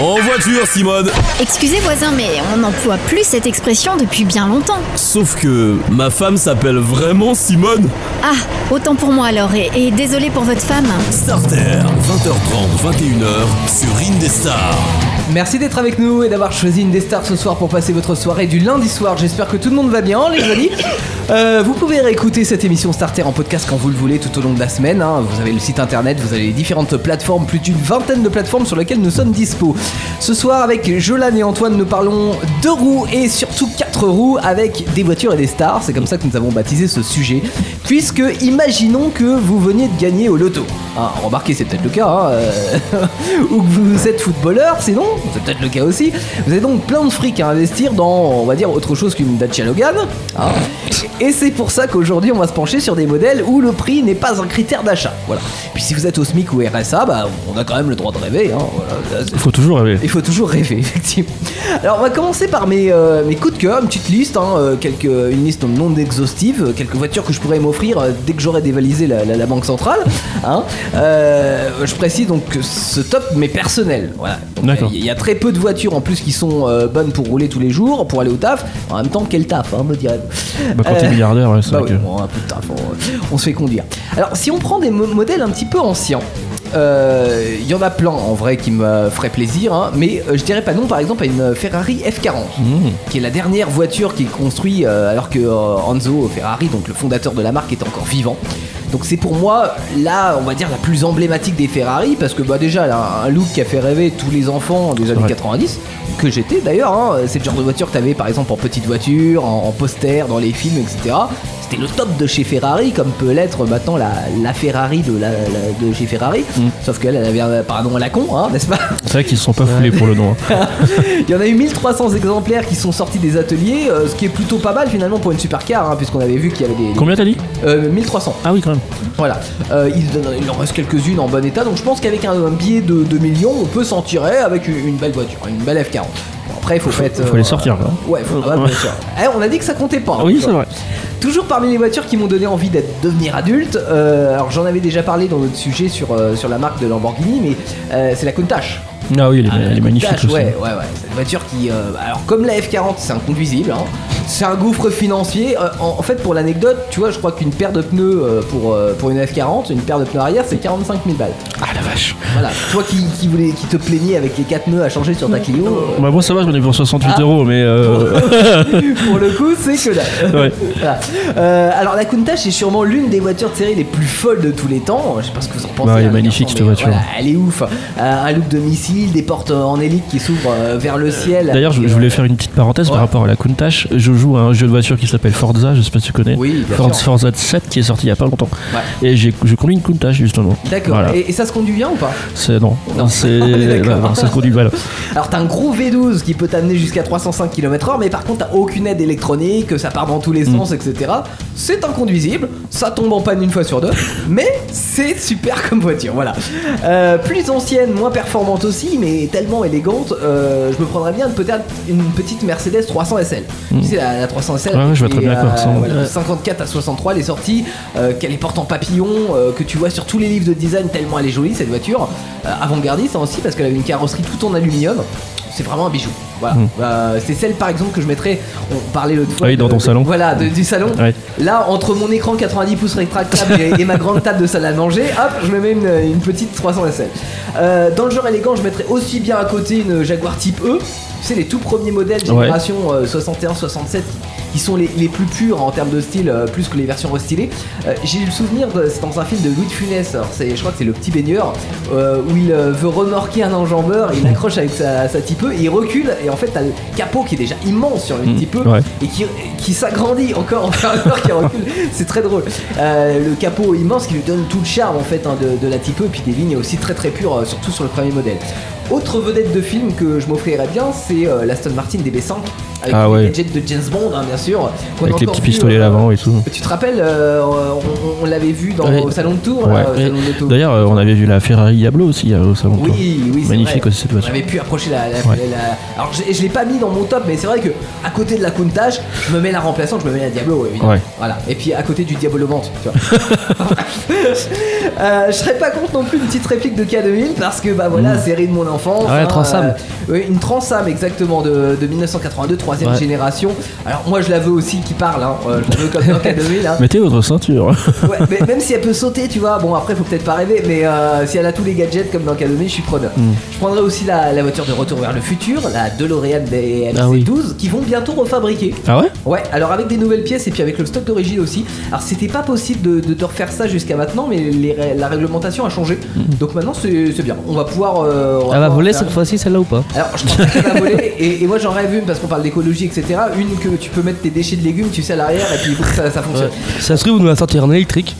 En voiture, Simone Excusez voisin, mais on n'emploie plus cette expression depuis bien longtemps. Sauf que ma femme s'appelle vraiment Simone Ah, autant pour moi alors, et, et désolé pour votre femme. Starter, 20h30, 21h, sur Indestar. Merci d'être avec nous et d'avoir choisi une des stars ce soir pour passer votre soirée du lundi soir. J'espère que tout le monde va bien, les amis. Euh, vous pouvez réécouter cette émission Starter en podcast quand vous le voulez tout au long de la semaine. hein. Vous avez le site internet, vous avez les différentes plateformes, plus d'une vingtaine de plateformes sur lesquelles nous sommes dispo. Ce soir, avec Jolan et Antoine, nous parlons deux roues et surtout quatre roues avec des voitures et des stars. C'est comme ça que nous avons baptisé ce sujet. Puisque imaginons que vous veniez de gagner au loto. Ah, remarquez, c'est peut-être le cas. hein, euh, Ou que vous êtes footballeur, sinon, c'est peut-être le cas aussi. Vous avez donc plein de fric à investir dans, on va dire, autre chose qu'une Dacia Logan. hein. Et c'est pour ça qu'aujourd'hui, on va se pencher sur des modèles où le prix n'est pas un critère d'achat. Voilà. Puis si vous êtes au SMIC ou RSA, bah, on a quand même le droit de rêver. hein, voilà. Faut toujours rêver. Il faut toujours rêver, effectivement. Alors, on va commencer par mes, euh, mes coups de cœur, une petite liste, hein, euh, quelques, une liste non exhaustive, euh, quelques voitures que je pourrais m'offrir euh, dès que j'aurai dévalisé la, la- la banque centrale. hein. Euh, je précise donc que ce top, mais personnel. Voilà. Donc, D'accord. euh, Il y a très peu de voitures en plus qui sont euh, bonnes pour rouler tous les jours, pour aller au taf. En même temps, quel taf, hein, me direz-vous. Bah, quand t'es Euh, milliardaire, ouais, c'est bah vrai oui, que- bon, un peu de taf, on, on se fait conduire. Alors, si on prend des mo- modèles un petit peu anciens, euh, il y en a plein en vrai qui me feraient plaisir, hein, mais euh, je dirais pas non par exemple à une euh, Ferrari F40, Mmh. qui est la dernière voiture qu'il construit euh, alors que euh, Enzo Ferrari, donc le fondateur de la marque, est encore vivant. Donc c'est pour moi là, on va dire la plus emblématique des Ferrari parce que bah déjà elle a un look qui a fait rêver tous les enfants des années vrai. 90 que j'étais d'ailleurs. hein. C'est le genre de voiture que t'avais par exemple en petite voiture, en, en poster, dans les films, etc. C'était le top de chez Ferrari comme peut l'être maintenant la, la Ferrari de, la, la- de chez Ferrari. Sauf qu'elle elle avait un- pardon à la con, hein, n'est-ce pas C'est vrai qu'ils se sont pas foulés pour le nom. hein. il y en a eu 1300 exemplaires qui sont sortis des ateliers, euh, ce qui est plutôt pas mal finalement pour une supercar, hein, puisqu'on avait vu qu'il y avait des. des- Combien t'as dit Euh, 1300. Ah oui, quand même. Voilà. Euh, il, il en reste quelques-unes en bon état, donc je pense qu'avec un, un billet de 2 millions, on peut s'en tirer avec une, une belle voiture, une belle F40. Bon, après, il faut faire. faut les sortir, quoi. Ouais, faut, ah, bien sûr. Eh, on a dit que ça comptait pas. hein, Oui, tu c'est vois. vrai. Toujours parmi les voitures qui m'ont donné envie d'être devenir adulte, euh, alors j'en avais déjà parlé dans notre sujet sur, euh, sur la marque de Lamborghini, mais euh, c'est la Countach. Ah oui, elle est, elle Ah, est magnifique Countach, aussi. Ouais, ouais, ouais. Cette voiture qui. euh, alors, comme la F40, c'est inconduisible. hein. C'est un gouffre financier. Euh, en, en fait, pour l'anecdote, tu vois, je crois qu'une paire de pneus euh, pour, euh, pour une F40, une paire de pneus arrière, c'est 45 000 balles. Ah la vache. Voilà. Toi qui, qui, voulais, qui te plaignais avec les 4 pneus à changer sur ta Clio, euh, Bah, moi, ça va, j'en ai pour 68 Ah. euros, mais. euh, pour le coup, c'est que là. Ouais. Voilà. Euh, alors, la Countach est sûrement l'une des voitures de série les plus folles de tous les temps. Je sais pas ce que vous en pensez. Ouais, elle est hein, les magnifique, garçons, cette mais voiture. voilà, elle est ouf. Euh, un look de missile, des portes en hélique qui s'ouvrent euh, vers le ciel. D'ailleurs, je, je voulais faire une petite parenthèse Ouais. par rapport à la Countach. Je joue à un jeu de voiture qui s'appelle Forza, je sais pas si tu connais. Oui, bien Forza, sûr. Forza 7 qui est sorti il y a pas longtemps. Ouais. Et j'ai, je conduis une Countach justement. D'accord. Voilà. Et, et ça se conduit bien ou pas C'est non, Non. c'est On est d'accord. non, non, ça se conduit mal. Alors t'as un gros V12 qui peut t'amener jusqu'à 305 km/h, mais par contre t'as aucune aide électronique, ça part dans tous Mm. les sens, etc. C'est inconduisible, ça tombe en panne une fois sur deux, mais c'est super comme voiture, voilà. Euh, plus ancienne, moins performante aussi, mais tellement élégante, euh, je me prendrais bien peut-être une petite Mercedes 300 SL. Tu sais la, la 300 SL, Mm. Ouais, ouais, je vois très qui est, bien quoi, euh, ça, on- voilà, ouais. 54 à 63, elle est sortie, euh, qu'elle est porte en papillon, euh, que tu vois sur tous les livres de design tellement elle est jolie cette voiture. Euh, Avant-gardiste hein, aussi parce qu'elle avait une carrosserie tout en aluminium. C'est vraiment un bijou. Voilà. Euh, c'est celle par exemple que je mettrais. On parlait l'autre fois. Hmm. Ah oui, dans de- ton de- salon. Voilà, de- du salon. Ouais. Là, entre mon écran 90 pouces rétractable et, et ma grande table de salle à manger, hop, je me mets une, une petite 300 SL. Euh, dans le genre élégant, je mettrais aussi bien à côté une Jaguar Type E. Tu sais, les tout premiers modèles Ouais. génération versions, euh, 61, 67 qui sont les, les plus purs en termes de style, euh, plus que les versions restylées. Euh, J'ai eu le souvenir, de- c'est dans un film de Louis de Funès, alors c'est- je crois que c'est le petit baigneur, euh, où il euh, veut remorquer un enjambeur, il accroche avec sa, sa type E, il recule, et en fait t'as le capot qui est déjà immense sur le E. petit peu, Mmh. ouais. et qui, qui s'agrandit encore en faveur qui recule. C'est très drôle. Euh, le capot immense qui lui donne tout le charme en fait hein, de, de la type, et puis des lignes aussi très très pures, euh, surtout sur le premier modèle. Autre vedette de film que je m'offrirais bien, c'est euh, l'Aston Martin DB5 avec Ah les ouais. gadgets de James Bond, hein, bien sûr. qu'on a Avec les encore petits vu, pistolets euh, l'avant et tout. Tu te rappelles, euh, on, on- on l'avait vu dans Ouais. au salon de Tours, Ouais. là, au Et salon de l'auto. D'ailleurs, euh, on avait vu la Ferrari Diablo aussi euh, au salon. de toi. Oui, oui, c'est Magnifique vrai. aussi cette voiture. On avait pu approcher la. la- Ouais. la- Alors je, je l'ai pas mis dans mon top, mais c'est vrai que à côté de la Countach, je me mets la remplaçante, je me mets la Diablo, évidemment. Ouais. Voilà. Et puis à côté du Diablo Vente, tu Mm. vois. Euh, je serais pas contre non plus une petite réplique de K2000 parce que bah voilà, série de mon enfance. Ouais, Transam. euh, oui, une Transam, exactement, de, de 1982, troisième Ouais. génération. Alors, moi, je la veux aussi qui parle, hein. euh, je la veux comme Doc à 2000. hein. Mettez votre ceinture. Ouais, mais même si elle peut sauter, tu vois, bon après faut peut-être pas rêver, mais euh, si elle a tous les gadgets comme dans Academy, je suis preneur. Mm. Je prendrai aussi la, la voiture de retour vers le futur, la DeLorean des MC12, Ah oui. qui vont bientôt refabriquer. Ah ouais Ouais, alors avec des nouvelles pièces et puis avec le stock d'origine aussi. Alors c'était pas possible de, de te refaire ça jusqu'à maintenant, mais les ré- la réglementation a changé. Donc maintenant c'est c'est bien, on va pouvoir. euh, on Mm. pouvoir Elle va voler faire- cette fois-ci, celle-là ou pas alors, je pense pas qu'elle va voler, et, et moi j'en rêve une parce qu'on parle d'écologie, etc. Une que tu peux mettre tes déchets de légumes, tu sais, à l'arrière, et puis il faut que ça, ça fonctionne. Euh, Ça se trouve, nous la sortir en électrique.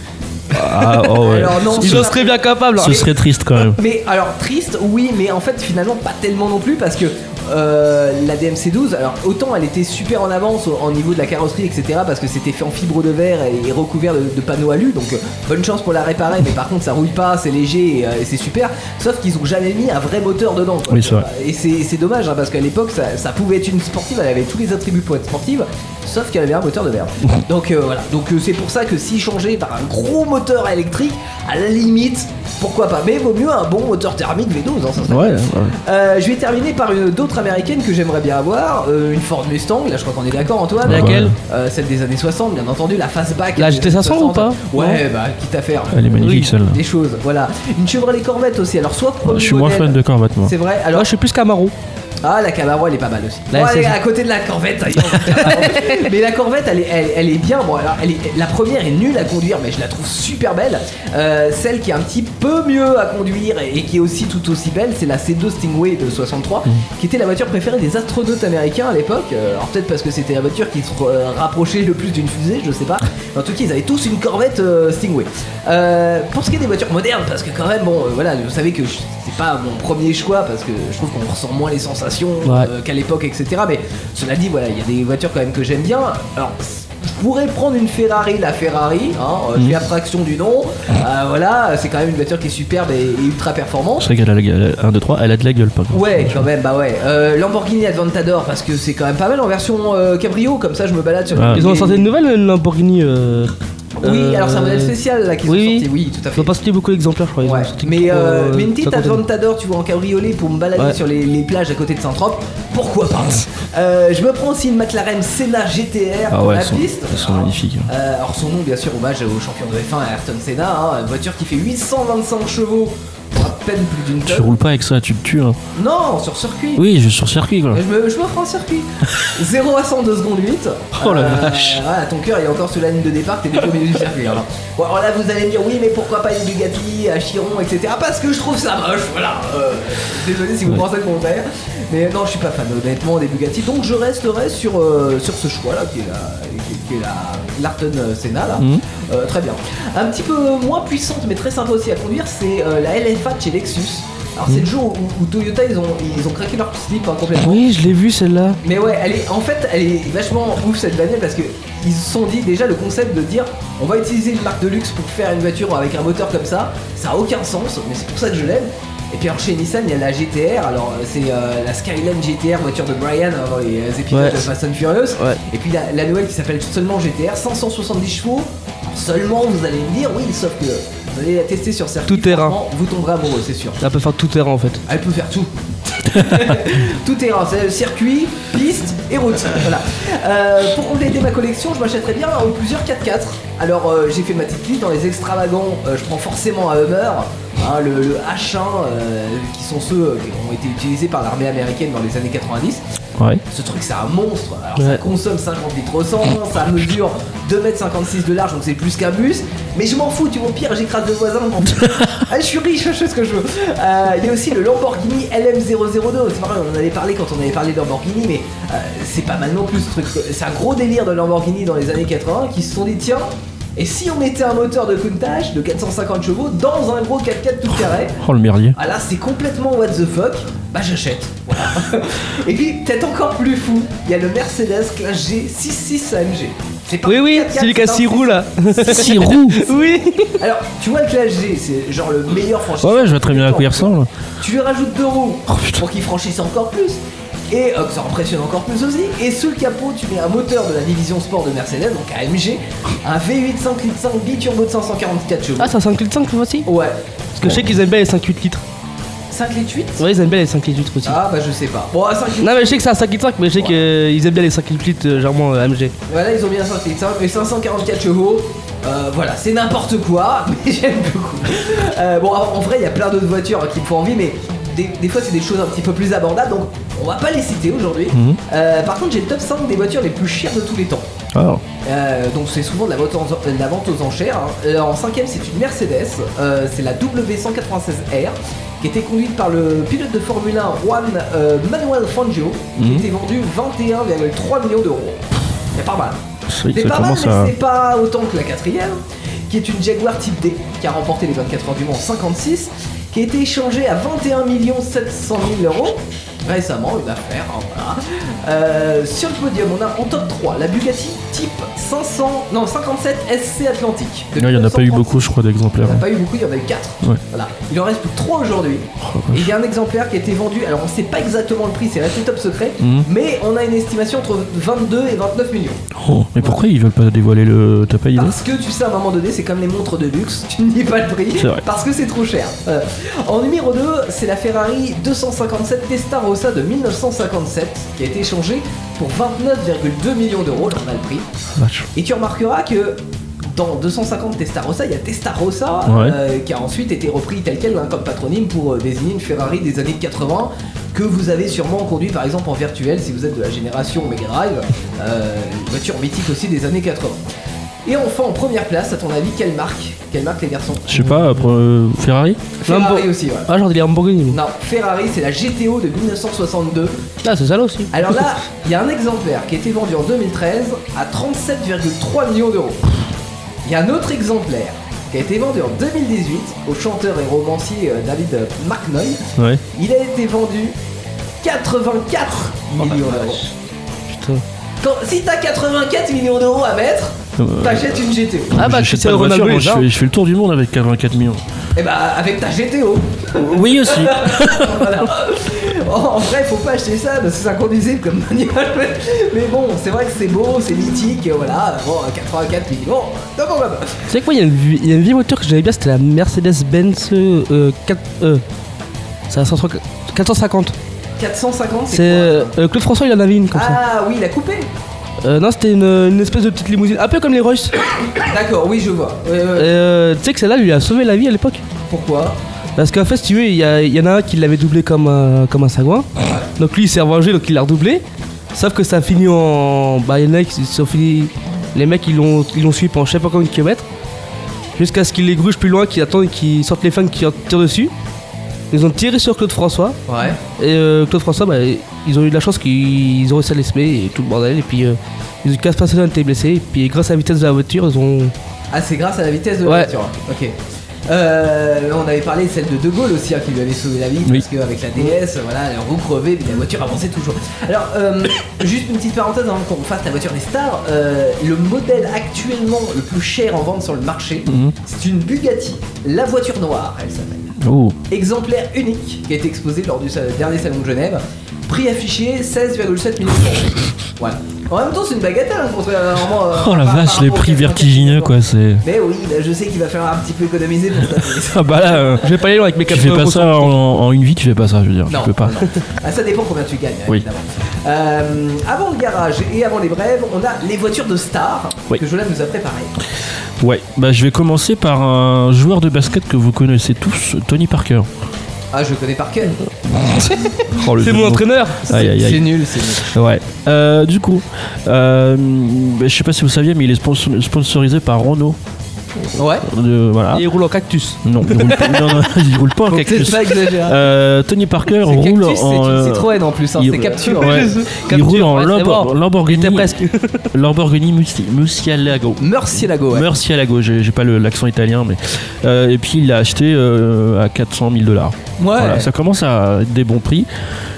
Ah oh ouais. Alors, non, Ils c'est en pas- seraient bien capables. hein. Ce serait triste quand même. Mais alors triste, oui, mais en fait finalement pas tellement non plus parce que euh, la DMC12, alors autant elle était super en avance au, au niveau de la carrosserie, etc. parce que c'était fait en fibre de verre et, et recouvert de, de panneaux alu, donc euh, bonne chance pour la réparer, mais par contre ça rouille pas, c'est léger et, euh, et c'est super. Sauf qu'ils ont jamais mis un vrai moteur dedans. quoi. Oui, c'est vrai. Et c'est c'est dommage hein, parce qu'à l'époque ça, ça pouvait être une sportive, elle avait tous les attributs pour être sportive, sauf qu'elle avait un moteur de verre. Donc euh, voilà, donc euh, c'est pour ça que si changé par un gros moteur électrique, à la limite, pourquoi pas, mais vaut mieux un bon moteur thermique V12, hein, ça serait Ouais, bien. ouais. Euh, je vais terminer par une d'autres américaine que j'aimerais bien avoir, euh, une Ford Mustang, là je crois qu'on est d'accord Antoine. Ouais, Laquelle Euh, Celle des années 60, bien entendu, la fastback. La des années GT500 ou 60. pas Ouais, bah quitte à faire. Elle est magnifique, Oui, celle-là. Des choses, voilà. Une Chevrolet Corvette aussi, alors soit premier Je suis moins modèle- fan de Corvette moi. C'est vrai, alors Moi, je suis plus Camaro. ah, la Camaro, elle est pas mal aussi. La Bon, elle est SS. à côté de la Corvette. hein, ils ont- Camaro. mais la Corvette, elle est, elle, elle est bien. Bon, alors, elle est, la première est nulle à conduire, mais je la trouve super belle. Euh, celle qui est un petit peu mieux à conduire et, et qui est aussi tout aussi belle, c'est la C2 Stingray de 63, qui était la voiture préférée des astronautes américains à l'époque. Euh, alors peut-être parce que c'était la voiture qui se euh, rapprochait le plus d'une fusée, je sais pas. En tout cas, ils avaient tous une Corvette euh, Stingray. Euh, pour ce qui est des voitures modernes, parce que quand même, bon, euh, voilà, vous savez que je- c'est pas mon premier choix parce que je trouve qu'on ressent moins les sensations Ouais. euh, qu'à l'époque, etc. Mais cela dit, voilà, il y a des voitures quand même que j'aime bien. Alors, je pourrais prendre une Ferrari, la Ferrari, hein, Mhm. euh, j'ai la fraction du nom. Euh, voilà, c'est quand même une voiture qui est superbe et, et ultra performante. C'est vrai qu'elle a la gueule. 1, 2, 3, elle a de la gueule par contre. Ouais, quand même, bah ouais. Euh, Lamborghini Aventador, parce que c'est quand même pas mal en version euh, cabrio, comme ça je me balade sur. Ah. Ils ont sorti une nouvelle euh, Lamborghini. euh, Oui, euh, alors c'est un modèle spécial là qu'ils oui, ont oui. sorti, oui, tout à Ils fait. n'ont pas sorti beaucoup d'exemplaires, je crois. Ils Ouais. ont sorti Mais, trois, euh, mais une euh, petite cinquantaine. Aventador, tu vois, en cabriolet pour me balader Ouais. sur les, les plages à côté de Saint-Trope, pourquoi pas Euh, Je me prends aussi une McLaren Senna GTR Ah pour ouais, la elles sont, piste. elles sont magnifiques. hein. Euh, alors son nom, bien sûr, hommage au champion de F1 Ayrton Senna, hein, une voiture qui fait 825 chevaux pour à peine plus d'une Tu tonne. roules pas avec ça, tu te tues. hein. Non, sur circuit. Oui, je suis sur circuit quoi. Je me, je m'offre un circuit. 0 à 102 secondes 8. Oh la vache. Voilà, ton cœur est encore sur la ligne de départ, t'es déjà au milieu du circuit. Alors. Bon, alors là, vous allez me dire, oui, mais pourquoi pas une Bugatti, un Chiron, etc. Parce que je trouve ça moche, voilà. Euh, désolé si vous pensez le contraire. Mais non, je suis pas fan, honnêtement, des Bugatti. Donc je resterai sur, euh, sur ce choix-là, qui est la. qui est- qui est la- L'Arton Senna là, Mhm. Euh, très bien. Un petit peu moins puissante mais très sympa aussi à conduire, c'est euh, la LFA de chez Lexus. Alors Mhm. c'est le jour où, où Toyota ils ont ils ont craqué leur slip hein, complètement. Oui, je l'ai vu celle-là. Mais ouais, elle est, en fait, elle est vachement ouf cette bagnole parce que ils se sont dit déjà le concept de dire on va utiliser une marque de luxe pour faire une voiture avec un moteur comme ça, ça a aucun sens, mais c'est pour ça que je l'aime. Et puis alors chez Nissan, il y a la GTR, alors euh, c'est euh, la Skyline GTR, voiture de Brian hein, dans les euh, épisodes Ouais. de Fast and Furious. Ouais. Et puis la, la nouvelle qui s'appelle seulement GTR, 570 chevaux. Alors seulement, vous allez me dire, oui, sauf que vous allez la tester sur circuit. Tout terrain. franchement, Vous tomberez amoureux, c'est sûr. Elle peut faire tout terrain en fait. Elle peut faire tout. tout terrain, c'est circuit, piste et route. Voilà. Euh, pour compléter ma collection, je m'achèterais bien un ou plusieurs 4x4. Alors euh, j'ai fait ma petite liste dans les extravagants, euh, je prends forcément un Hummer, hein, le, le H1, euh, qui sont ceux euh, qui ont été utilisés par l'armée américaine dans les années 90. Ouais. Ce truc, c'est un monstre. Alors, ça Ouais. consomme 50 litres au 100, ça mesure 2m56 de large, donc c'est plus qu'un bus. Mais je m'en fous, tu vois, au pire, j'écrase deux voisins. je m'en fous. ah, je suis riche, je fais ce que je veux. Euh, Il y a aussi le Lamborghini LM002. C'est pareil, on en avait parlé quand on avait parlé de Lamborghini, mais euh, c'est pas mal non plus ce truc. C'est un gros délire de Lamborghini dans les années 80 qui se sont dit, tiens. Et si on mettait un moteur de comptage de 450 chevaux dans un gros 4x4 tout carré, Oh le merdier. ah là, c'est complètement what the fuck. Bah, j'achète. Voilà. Et puis, peut-être encore plus fou, il y a le Mercedes Classe G 66 AMG. C'est pas Oui, un oui, 4x4, celui qui a un 6 roues là. 6 roues Oui. Alors, tu vois, le Classe G, c'est genre le meilleur franchisseur. Ouais, ouais, je vois très bien à quoi il ressemble. Tu lui rajoutes deux roues Oh, putain. pour qu'il franchisse encore plus. Et euh, que ça impressionne encore plus aussi. Et sous le capot, tu mets un moteur de la division sport de Mercedes, donc AMG, un V8 5 litres 5 biturbo de 544 chevaux. Ah, c'est un 5 litres 5 cette fois-ci Ouais, Parce que je sais qu'ils aiment bien les 5 litres. 5 litres 8 Ouais, ils aiment bien les 5 litres litres aussi. Ah bah je sais pas. Bon, à 5 litres. Non, mais je sais que c'est un 5 litres 5, mais je sais qu'ils aiment bien les 5 litres litres, euh, généralement euh, AMG. Voilà, ils ont bien 5 litres 5 et 544 chevaux. Euh, voilà, c'est n'importe quoi, mais j'aime beaucoup. Euh, bon, en en vrai, il y a plein d'autres voitures hein, qui me font envie, mais des, des fois, c'est des choses un petit peu plus abordables, donc on va pas les citer aujourd'hui. Euh, par contre, j'ai le top 5 des voitures les plus chères de tous les temps. Alors, Euh, donc c'est souvent de la vente, en- de la vente aux enchères. hein. Euh, en cinquième, c'est une Mercedes, euh, c'est la W196R, qui était conduite par le pilote de Formule 1 Juan euh, Manuel Fangio, Mhm. qui était vendue 21,3 millions d'euros. C'est pas mal. c'est vrai que C'est ça pas mal, commence mais à. c'est pas autant que la quatrième, qui est une Jaguar Type D, qui a remporté les 24 heures du Mans en 56, qui a été échangée à 21 700 000 euros. Récemment, une affaire, hein, voilà. Euh, sur le podium, on a en top 3 la Bugatti Type 500, non 57 SC Atlantique. Ouais, Il n'y en a pas 1936. eu beaucoup, je crois, d'exemplaires. Il n'y en a pas eu beaucoup, il y en a eu 4. Ouais. Oh, Voilà. Il en reste plus que 3 aujourd'hui. Et il y a un exemplaire qui a été vendu, alors on sait pas exactement le prix, c'est resté top secret, Mhm. mais on a une estimation entre 22 et 29 millions. Oh, mais pourquoi ils veulent pas dévoiler le. T'as pas idée Parce que tu sais, à un moment donné, c'est comme les montres de luxe, tu ne dis pas le prix, C'est vrai. parce que c'est trop cher. Voilà. En numéro 2, c'est la Ferrari 257 Testarossa de 1957, qui a été échangée pour 29,2 millions d'euros, là on a le prix. Vache. Et tu remarqueras que dans 250 Testarossa, il y a Testarossa, Ouais. euh, qui a ensuite été repris tel quel hein, comme patronyme pour euh, désigner une Ferrari des années 80 que vous avez sûrement conduit par exemple en virtuel si vous êtes de la génération Mega Drive, euh, une voiture mythique aussi des années 80. Et enfin en première place, à ton avis, quelle marque Quelle marque les garçons Je sais pas, après, euh, Ferrari Ferrari Lambo. aussi, voilà. Ah, genre des Lamborghini. moi. Non, Ferrari, c'est la GTO de 1962. Ah, c'est ça là aussi. Alors là, il y a un exemplaire qui a été vendu en 2013 à 37,3 millions d'euros. Il y a un autre exemplaire qui a été vendu en 2018 au chanteur et romancier euh, David McNoy. Ouais. Il a été vendu 84 millions d'euros. Oh, Putain. Quand- si t'as 84 millions d'euros à mettre, Euh, t'achètes une GTO. Ah bah, J'achète c'est pas de Ronaldo voiture, et mais je Jean. fais, je fais le tour du monde avec 84 millions. Et bah avec ta GTO. Oui aussi. Voilà. Oh, En en vrai, faut pas acheter ça parce que c'est inconduisible comme bagnole. Mais bon, c'est vrai que c'est beau, c'est mythique, et voilà. Bon, 84 millions, non, bon, bah, Tu sais que moi, il y a une vie- il y, a une vieille voiture que j'avais bien, c'était la Mercedes-Benz euh, 4. Euh, c'est la 103 450. 450, c'est C'est. quoi euh, Claude François, il en avait une comme ça. Ah oui, la coupée. Euh, non, c'était une, une espèce de petite limousine, un peu comme les Rolls. D'accord, oui, je vois. Euh, Euh, tu sais que celle-là lui a sauvé la vie à l'époque. pourquoi Parce qu'en fait, si tu veux, il y, a- il y en a un qui l'avait doublé comme, un- comme un sagouin. Donc lui, il s'est revengé, donc il l'a redoublé. Sauf que ça a fini en. Bah, il y en a qui se sont finis. Les mecs, ils l'ont ils l'ont suivi pendant je sais pas combien de kilomètres. Jusqu'à ce qu'ils les gruge plus loin, qu'ils attendent, qu'ils sortent les flingues, qu'ils tirent dessus. Ils ont tiré sur Claude François. Ouais. Et euh, Claude François, bah, ils ont eu de la chance qu'ils ont réussi à les semer et tout le bordel. Et puis, euh, ils ont 15 personnes qui ont été blessées. Et puis, grâce à la vitesse de la voiture, ils ont. Ah, c'est grâce à la vitesse de la Ouais. voiture. hein. Ok. Euh, on avait parlé de celle de De Gaulle aussi hein, qui lui avait sauvé la vie Oui. parce qu'avec la DS, voilà, elle roue crevée, mais la voiture avançait toujours. Alors, euh, juste une petite parenthèse avant qu'on fasse la voiture des stars. euh, le modèle actuellement le plus cher en vente sur le marché, Mhm. c'est une Bugatti, la voiture noire, elle s'appelle. Oh, Exemplaire unique qui a été exposé lors du sa- dernier salon de Genève. Prix affiché 16,7 millions d'euros. Voilà. En même temps, c'est une bagatelle, hein, contrairement. euh, oh par- la par vache, les rapport aux prix 400, vertigineux quoi, c'est. mais oui, bah, je sais qu'il va falloir un petit peu économiser pour ça. Ah bah là, euh, Je vais pas aller loin avec mes tu 4 fais pas ça en, en une vie, tu fais pas ça, je veux dire, Non, tu peux pas. non, non. Ah, ça dépend combien tu gagnes, Oui. évidemment. Euh, avant le garage et avant les brèves, on a les voitures de stars Oui. que Jolan nous a préparées. Ouais, bah je vais commencer par un joueur de basket que vous connaissez tous, Tony Parker. Ah, je connais par cœur. Oh, le C'est jeu mon de mots. entraîneur Aïe, aïe, aïe. C'est nul, c'est nul. Ouais. Euh, du coup, euh, bah, je sais pas si vous saviez, mais il est sponsor- sponsorisé par Renault. Ouais. Euh, voilà. Ah. Et il roule en cactus. Non, il roule pas, non, non, il roule pas en Faut peut-être cactus. pas exagérer. Euh, Tony Parker C'est roule cactus, c'est en. une euh, Citroën en plus, hein, il- c'est capture. ouais. Il Capture, roule en ouais, c'est Lambo- mort. Lamborghini. T'es presque. Lamborghini Musi- Musialago. Murcielago, ouais. Murcielago, j'ai j'ai pas le- l'accent italien, mais. euh, et puis il l'a acheté euh, à 400 000 dollars. Ouais. Voilà, ça commence à être des bons prix.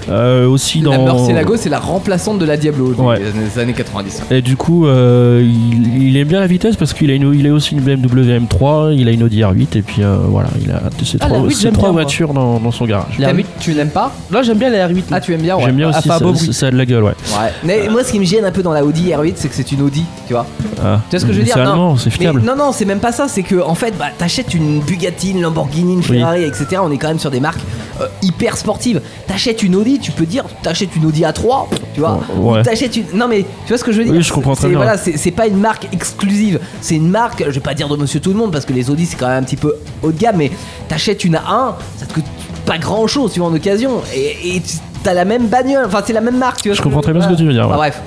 Euh, aussi dans. La Murcielago, c'est la remplaçante de la Diablo des Ouais. des années 90. Et du coup, euh, il, il aime bien la vitesse parce qu'il a, une- il a aussi une BMW M3, il a une Audi R8 et puis euh, voilà, il a ces Ah, la trois, R8, ces j'aime trois bien, moi. voitures dans, dans son garage. La T'as R8. vu, tu l'aimes pas Là, j'aime bien la R8. Ah, tu aimes bien, ouais. J'aime bien Ah, aussi pas ça, Bob, ça- oui. ça a de la gueule, ouais. Ouais. Mais moi, ce qui me gêne un peu dans la Audi R8, c'est que c'est une Audi, tu vois. Ah. Tu vois ce que je veux Mais dire C'est Non. allemand, c'est Mais fiable. non, non, c'est même pas ça. C'est que en fait, bah, t'achètes une Bugatti, une Lamborghini, une Ferrari, etc. On est quand même sur des marques euh, hyper sportives. T'achètes une Audi, tu peux dire, t'achètes une Audi A3, tu vois. Ouais. Ou T'achètes une. Non, mais tu vois ce que je veux dire Oui, je comprends très C'est- bien. Voilà, c'est c'est pas une marque exclusive. C'est une marque, je vais pas dire de Monsieur Tout le Monde parce que les Audi c'est quand même un petit peu haut de gamme, mais t'achètes une A1, ça te coûte pas grand chose, tu vois, en occasion. Et, et tu- t'as la même bagnole. Enfin, c'est la même marque. Tu vois Je comprends très bien ce que tu veux dire, Ah, ouais. bref.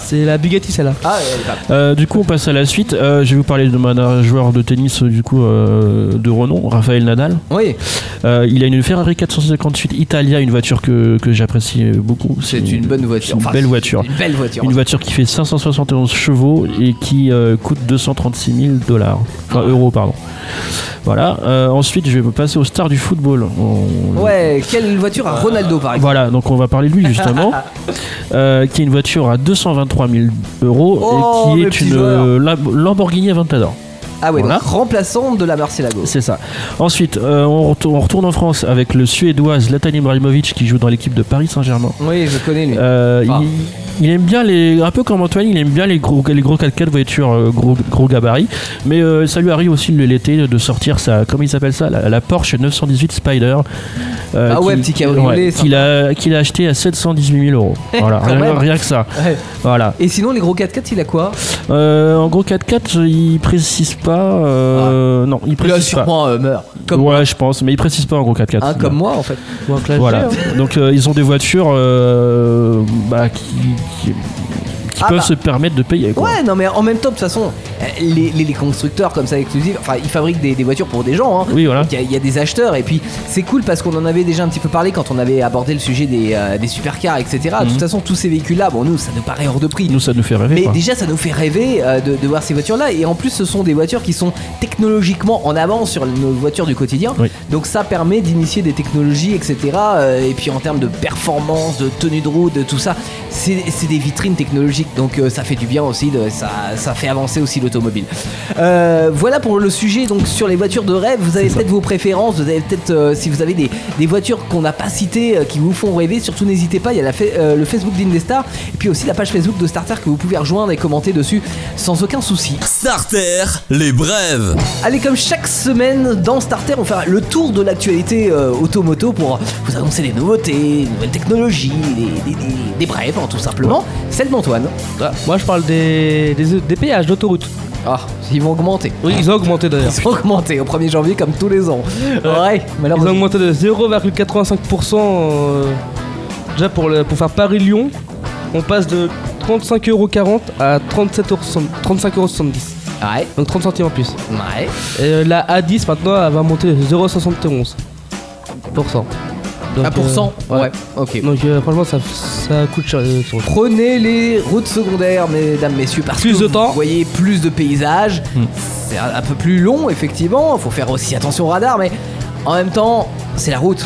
C'est la Bugatti, celle-là. Ah, elle est pas- Euh, du coup, on passe à la suite. Euh, je vais vous parler de mon joueur de tennis euh, du coup euh, de renom, Raphaël Nadal. oui. Euh, il a une Ferrari 458 Italia, une voiture que, que j'apprécie beaucoup. C'est une bonne voiture. c'est une Enfin, belle c'est voiture. Une belle voiture. Une voiture qui fait 571 chevaux et qui euh, coûte 236 000 dollars. Enfin, euros, pardon. Voilà. Euh, ensuite, je vais passer aux stars du football. On- Ouais, quelle voiture à Ronaldo par exemple Voilà, donc on va parler de lui justement, Euh, qui est une voiture à 223 000 euros Oh, et le qui petit est une joueur. euh, Lam- Lamborghini Aventador. Ah ouais, Voilà. donc remplaçant de la Murcielago. C'est ça. Ensuite, euh, on, retourne, on retourne en France avec le Suédois Zlatan Ibrahimovic qui joue dans l'équipe de Paris Saint-Germain. Oui, je connais lui. Euh, Ah. il, il aime bien les, un peu comme Antoine, il aime bien les gros, les gros 4x4 voitures, euh, gros, gros gabarit. Mais euh, ça lui arrive aussi l'été de sortir sa, comment il s'appelle ça, la, la Porsche 918 Spider. euh, Ah ouais, petit cabriolet, ouais, sympa. Eh, qu'il a, qu'il a acheté à 718 000 euros. Voilà, Quand rien, même. rien que ça. Ouais. Voilà. Et sinon, les gros 4x4, il a quoi Euh, en gros 4x4, il précise pas. euh, Non, Il il a précise pas. sûrement euh, meurt. Ah. Comme, ouais, je pense, mais il précise pas en gros 4x4. hein, comme moi en fait. Voilà. Donc euh, ils ont des voitures euh, bah, qui, qui- qui Ah peuvent bah. se permettre de payer. Quoi. Ouais, non, mais en même temps, de toute façon, euh, les, les- les constructeurs comme ça exclusifs, enfin, ils fabriquent des, des voitures pour des gens. hein. Oui, voilà. Donc, Il y, a- il y a des acheteurs et puis c'est cool parce qu'on en avait déjà un petit peu parlé quand on avait abordé le sujet des, euh, des supercars, etc. De toute façon, tous ces véhicules-là, bon, nous, ça nous paraît hors de prix. Mm. Nous, ça nous fait rêver. Mais quoi. déjà, ça nous fait rêver euh, de, de voir ces voitures-là. Et en plus, ce sont des voitures qui sont technologiquement en avance sur nos voitures du quotidien. Oui. Donc ça permet d'initier des technologies, etc. Euh, et puis en termes de performance, de tenue de route, de tout ça, c'est c'est des vitrines technologiques. Donc euh, ça fait du bien aussi, de, ça, ça fait avancer aussi l'automobile. Euh, voilà pour le sujet donc sur les voitures de rêve. Vous avez peut-être vos préférences, vous avez peut-être euh, si vous avez des, des voitures qu'on n'a pas citées euh, qui vous font rêver, surtout n'hésitez pas, il y a la fa- euh, le Facebook d'Indestar et puis aussi la page Facebook de Starter que vous pouvez rejoindre et commenter dessus sans aucun souci. Starter, les brèves. Allez, comme chaque semaine dans Starter, on fera le tour de l'actualité euh, automoto pour vous annoncer des nouveautés, des nouvelles technologies, des, des- des- des brèves, hein, tout simplement. Celle d'Antoine. Ah, Moi, je parle des, des, des péages d'autoroute. Ah, ils vont augmenter. Oui, ils ont augmenté d'ailleurs. Ils vont augmenter au 1er janvier comme tous les ans. Ouais, Ils ont malheureusement. augmenté de 0,85%. euh, déjà, pour, le, pour faire Paris-Lyon, on passe de 35,40€ à 37,70 35,70€. Ouais, Donc 30 centimes en plus. ouais. Et euh, la A10 maintenant elle va monter de 0,71%. Donc, 1% euh, ouais. Ouais, ok. Donc euh, franchement ça, ça coûte cher. euh, sur- Prenez les routes secondaires, mesdames, messieurs, parce Plus que de vous temps. Hmm. voyez plus de paysages. C'est un un peu plus long, effectivement. Faut faire aussi attention au radar, mais en même temps, c'est la route.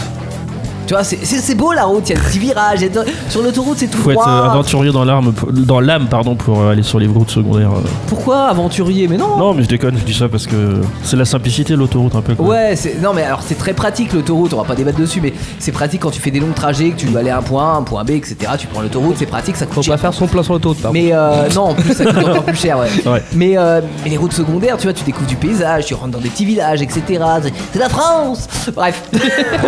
Tu vois, c'est- c'est c'est beau la route, il y a des petits virages. il y a de- Sur l'autoroute, c'est tout faut être droit. euh, aventurier dans l'arme, pour- dans l'âme, pardon, pour euh, aller sur les routes secondaires. euh. Pourquoi aventurier Mais non, Non, mais je déconne, je dis ça parce que c'est la simplicité de l'autoroute un peu. quoi. Ouais, c'est non mais alors c'est très pratique l'autoroute, on va pas débattre dessus, mais c'est pratique quand tu fais des longs trajets, que tu dois aller à un point, à un point B, etc. Tu prends l'autoroute, c'est pratique, ça coûte Faut cher. pas faire son plein sur l'autoroute par Mais euh, non, en plus ça coûte encore plus cher, ouais. Ah Ouais. Mais, euh, mais les routes secondaires, tu vois, tu découvres du paysage, tu rentres dans des petits villages, etc. C'est- C'est la France Bref.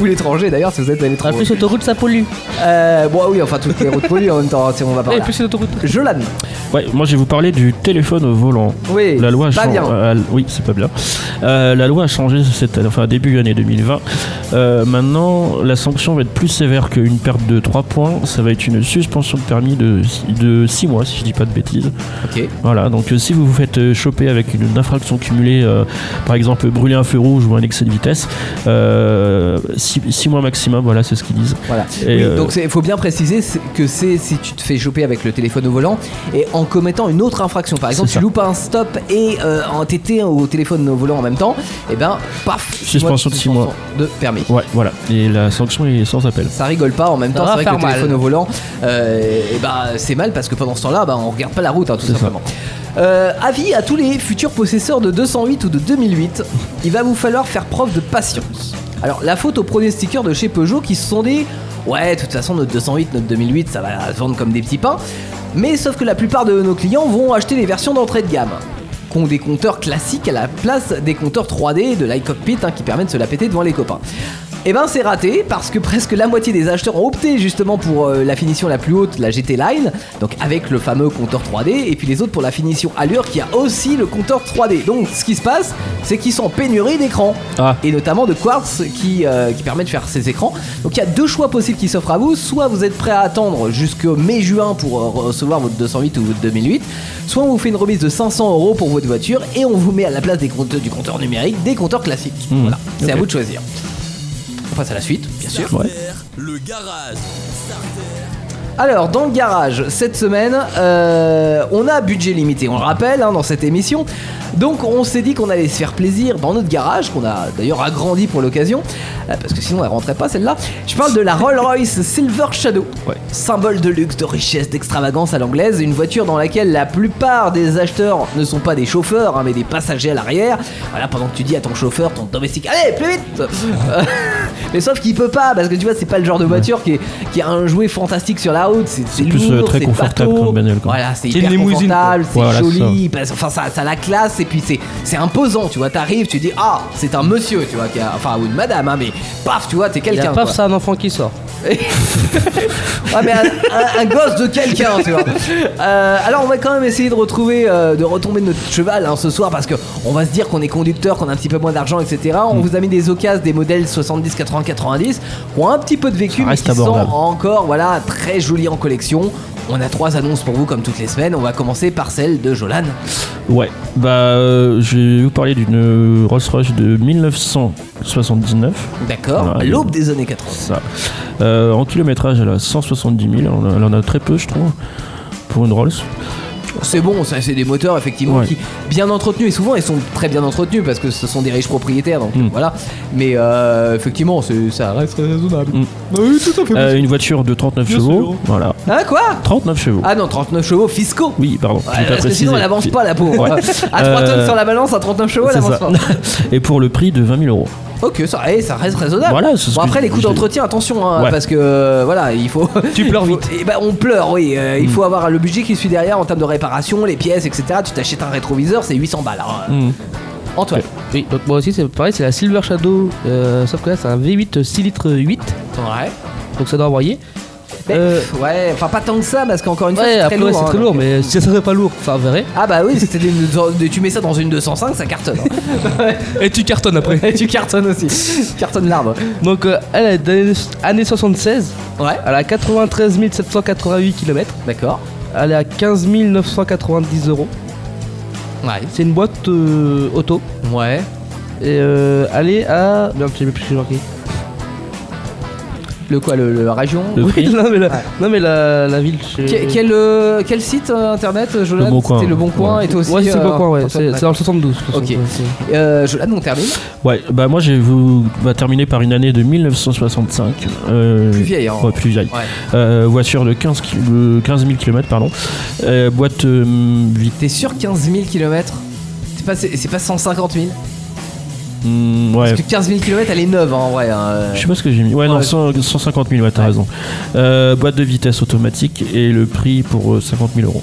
Ou l'étranger d'ailleurs, si vous êtes à contre. En l'étranger. plus l'autoroute ça pollue. Euh, bon, oui, enfin, toutes les routes polluées en même temps, hein, si on va Et parler. Eh, plus c'est l'autoroute. Je l'admets. Ouais, moi je vais vous parler du téléphone au volant. Oui, la loi a c'est pas changé- bien. euh, elle- oui, c'est pas bien. Euh, la loi a changé cette, enfin, début année 2020. Euh, maintenant, la sanction va être plus sévère qu'une perte de 3 points. Ça va être une suspension de permis de, de 6 mois, si je dis pas de bêtises. Ok. Voilà, donc euh, si vous vous faites euh, choper avec une, une infraction cumulée, euh, par exemple brûler un feu rouge ou un excès de vitesse, euh, si- 6 mois maximum, voilà, c'est ce qu'ils disent. Voilà. Et, Oui, euh, Donc il faut bien préciser c'est- que c'est si tu te fais choper avec le téléphone au volant et en commettant une autre infraction. Par exemple, C'est tu ça. loupes un stop et euh, en TT au téléphone au volant en même temps, et ben paf, six mois Suspension de six mois. de permis. Ouais, voilà. Et la sanction est sans appel. Ça rigole pas en même Ça temps, va c'est vrai que faire le téléphone mal. au volant, euh, et ben, c'est mal parce que pendant ce temps-là, ben, on regarde pas la route hein, tout C'est ça. simplement. Euh, avis à tous les futurs possesseurs de 208 ou de 2008, il va vous falloir faire preuve de patience. Alors la faute aux pronostiqueurs de chez Peugeot qui se sont dit ouais de toute façon notre 208, notre 2008 ça va se vendre comme des petits pains, mais sauf que la plupart de nos clients vont acheter les versions d'entrée de gamme qui ont des compteurs classiques à la place des compteurs 3D de l'iCockpit hein, qui permettent de se la péter devant les copains. Et ben c'est raté parce que presque la moitié des acheteurs ont opté justement pour euh, la finition la plus haute, la GT Line, donc avec le fameux compteur 3D, et puis les autres pour la finition Allure qui a aussi le compteur 3D. Donc ce qui se passe, c'est qu'ils sont en pénurie d'écran, Ah. et notamment de quartz qui, euh, qui permet de faire ces écrans. Donc il y a deux choix possibles qui s'offrent à vous, soit vous êtes prêt à attendre jusqu'au mai-juin pour euh, recevoir votre 208 ou votre 2008, soit on vous fait une remise de 500 euros pour votre voiture, et on vous met à la place des compteurs, du compteur numérique des compteurs classiques. Mmh. Voilà, c'est à Ok. vous de choisir. On passe à la suite, bien sûr. Ouais. Le garage. Alors, dans le garage, cette semaine, euh, on a budget limité, on le rappelle, hein, dans cette émission. Donc, on s'est dit qu'on allait se faire plaisir dans notre garage, qu'on a d'ailleurs agrandi pour l'occasion, euh, parce que sinon elle rentrait pas celle-là. Je parle de la Rolls-Royce Silver Shadow, symbole de luxe, de richesse, d'extravagance à l'anglaise, une voiture dans laquelle la plupart des acheteurs ne sont pas des chauffeurs, hein, mais des passagers à l'arrière. Voilà, pendant que tu dis à ton chauffeur, ton domestique, allez, plus vite Euh, Mais sauf qu'il peut pas, parce que tu vois, c'est pas le genre de voiture qui, est- qui a un jouet fantastique sur la route, c'est c'est plus, euh, lourd, très c'est confortable bateau. comme bagnole, quoi. Voilà, c'est C'est une hyper limousine, quoi. confortable, c'est Ouais, voilà, joli, parce- enfin ça, ça a la classe et puis c'est c'est imposant, tu vois, t'arrives, tu dis ah c'est un monsieur, tu vois, qui a- enfin ou une madame, hein, mais paf, tu vois, t'es Il y a quelqu'un. paf, quoi. c'est un enfant qui sort. Ouais, Ah, mais un, un- un gosse de quelqu'un, tu vois. Euh, alors, on va quand même essayer de retrouver, euh, de retomber de notre cheval hein, ce soir parce que on va se dire qu'on est conducteur, qu'on a un petit peu moins d'argent, etc. On Mm. vous a mis des occasions, des modèles 70, 80, 90 qui ont un petit peu de vécu, Ça mais reste qui sont abordable. encore voilà, très jolis en collection. On a trois annonces pour vous comme toutes les semaines. On va commencer par celle de Jolan. Ouais, bah euh, je vais vous parler d'une euh, Rolls-Royce de 1979. D'accord Ouais. À l'aube des années 80. Ça. Euh, en kilométrage, elle a 170 000. On a- Elle en a très peu, je trouve, pour une Rolls. C'est bon, ça c'est des moteurs effectivement Ouais. qui bien entretenus et souvent ils sont très bien entretenus parce que ce sont des riches propriétaires donc Mm. voilà. Mais euh, effectivement c'est- ça reste raisonnable. Mm. Oui tout à fait. Euh, une voiture de 39 chevaux. Voilà. Hein quoi 39 chevaux. Ah non 39 chevaux fiscaux. Oui, pardon. Ouais, je l'ai pas parce que précisé. sinon elle avance pas la peau. Ouais. À 3 tonnes Euh, sur la balance à 39 chevaux elle C'est avance ça. pas. Et pour le prix de 20 000 euros. Ok ça, eh, ça reste raisonnable. Voilà, c'est ce bon que après les coûts je- d'entretien attention hein, Ouais. parce que euh, voilà il faut. Tu pleures Il faut- vite. Eh ben, on pleure, oui. euh, Mm. Il faut avoir le budget qui suit derrière en termes de réparation, les pièces, etc. Tu t'achètes un rétroviseur, c'est 800 balles. hein. Hmm. Antoine. Oui, donc moi aussi c'est pareil, c'est la Silver Shadow, euh, sauf que là c'est un V8 euh, 6 litres 8, Ouais. donc ça doit envoyer. Mais, Euh, Ouais, enfin pas tant que ça parce qu'encore une fois ouais, c'est très après lourd. ouais, c'est hein, très donc. lourd, mais si ça serait pas lourd, enfin verrez. Ah bah oui, c'était des- des- tu mets ça dans une 205, ça cartonne. Et tu cartonnes après. Et tu cartonnes aussi. Tu cartonnes l'arbre. Donc euh, elle est d'année- année 76, Ouais. elle a 93 788 km, D'accord. elle est à 15 990 euros. Ouais. C'est une boîte euh, auto, Ouais. et euh, elle est à. Merde, j'ai plus marqué. Le quoi, le, le région Le Oui, prix non mais la, non, mais la, la ville. je- Que- quel, euh, quel site euh, internet, euh, Jolan Le Bon Coin. C'était le Bon Coin Ouais. et toi aussi Ouais, c'est euh, pas quoi, ouais, Antoine, c'est c'est d'accord. dans le 72. de toute façon, Ok. ouais, c'est- Euh, Jolan, on termine. Ouais, bah moi je vais vous bah, terminer par une année de 1965. euh, Plus vieille, hein. ouais, plus vieille. Ouais. Euh, voiture de 15, ki- de 15 000 km, pardon. Euh, boîte euh, vite. T'es sur 15 000 km c'est pas, c'est, c'est pas 150 000 Hmm, ouais. Parce que 15 000 km elle est neuve hein, en vrai. hein, euh. Je sais pas ce que j'ai mis. Ouais, non, Ouais. 100 150 000, ouais, t'as raison. Euh, boîte de vitesse automatique et le prix pour euh, 50 000 euros.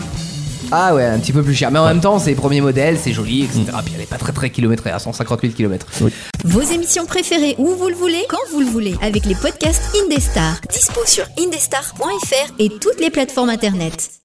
Ah ouais, un petit peu plus cher. Mais en même temps, c'est les premiers modèles, c'est joli, etc. Puis elle est pas très très kilométrée, hein, à 150 000 km. Vos émissions préférées où vous le voulez, quand vous le voulez, avec les podcasts Indestar. Dispo sur indestar.fr et toutes les plateformes internet.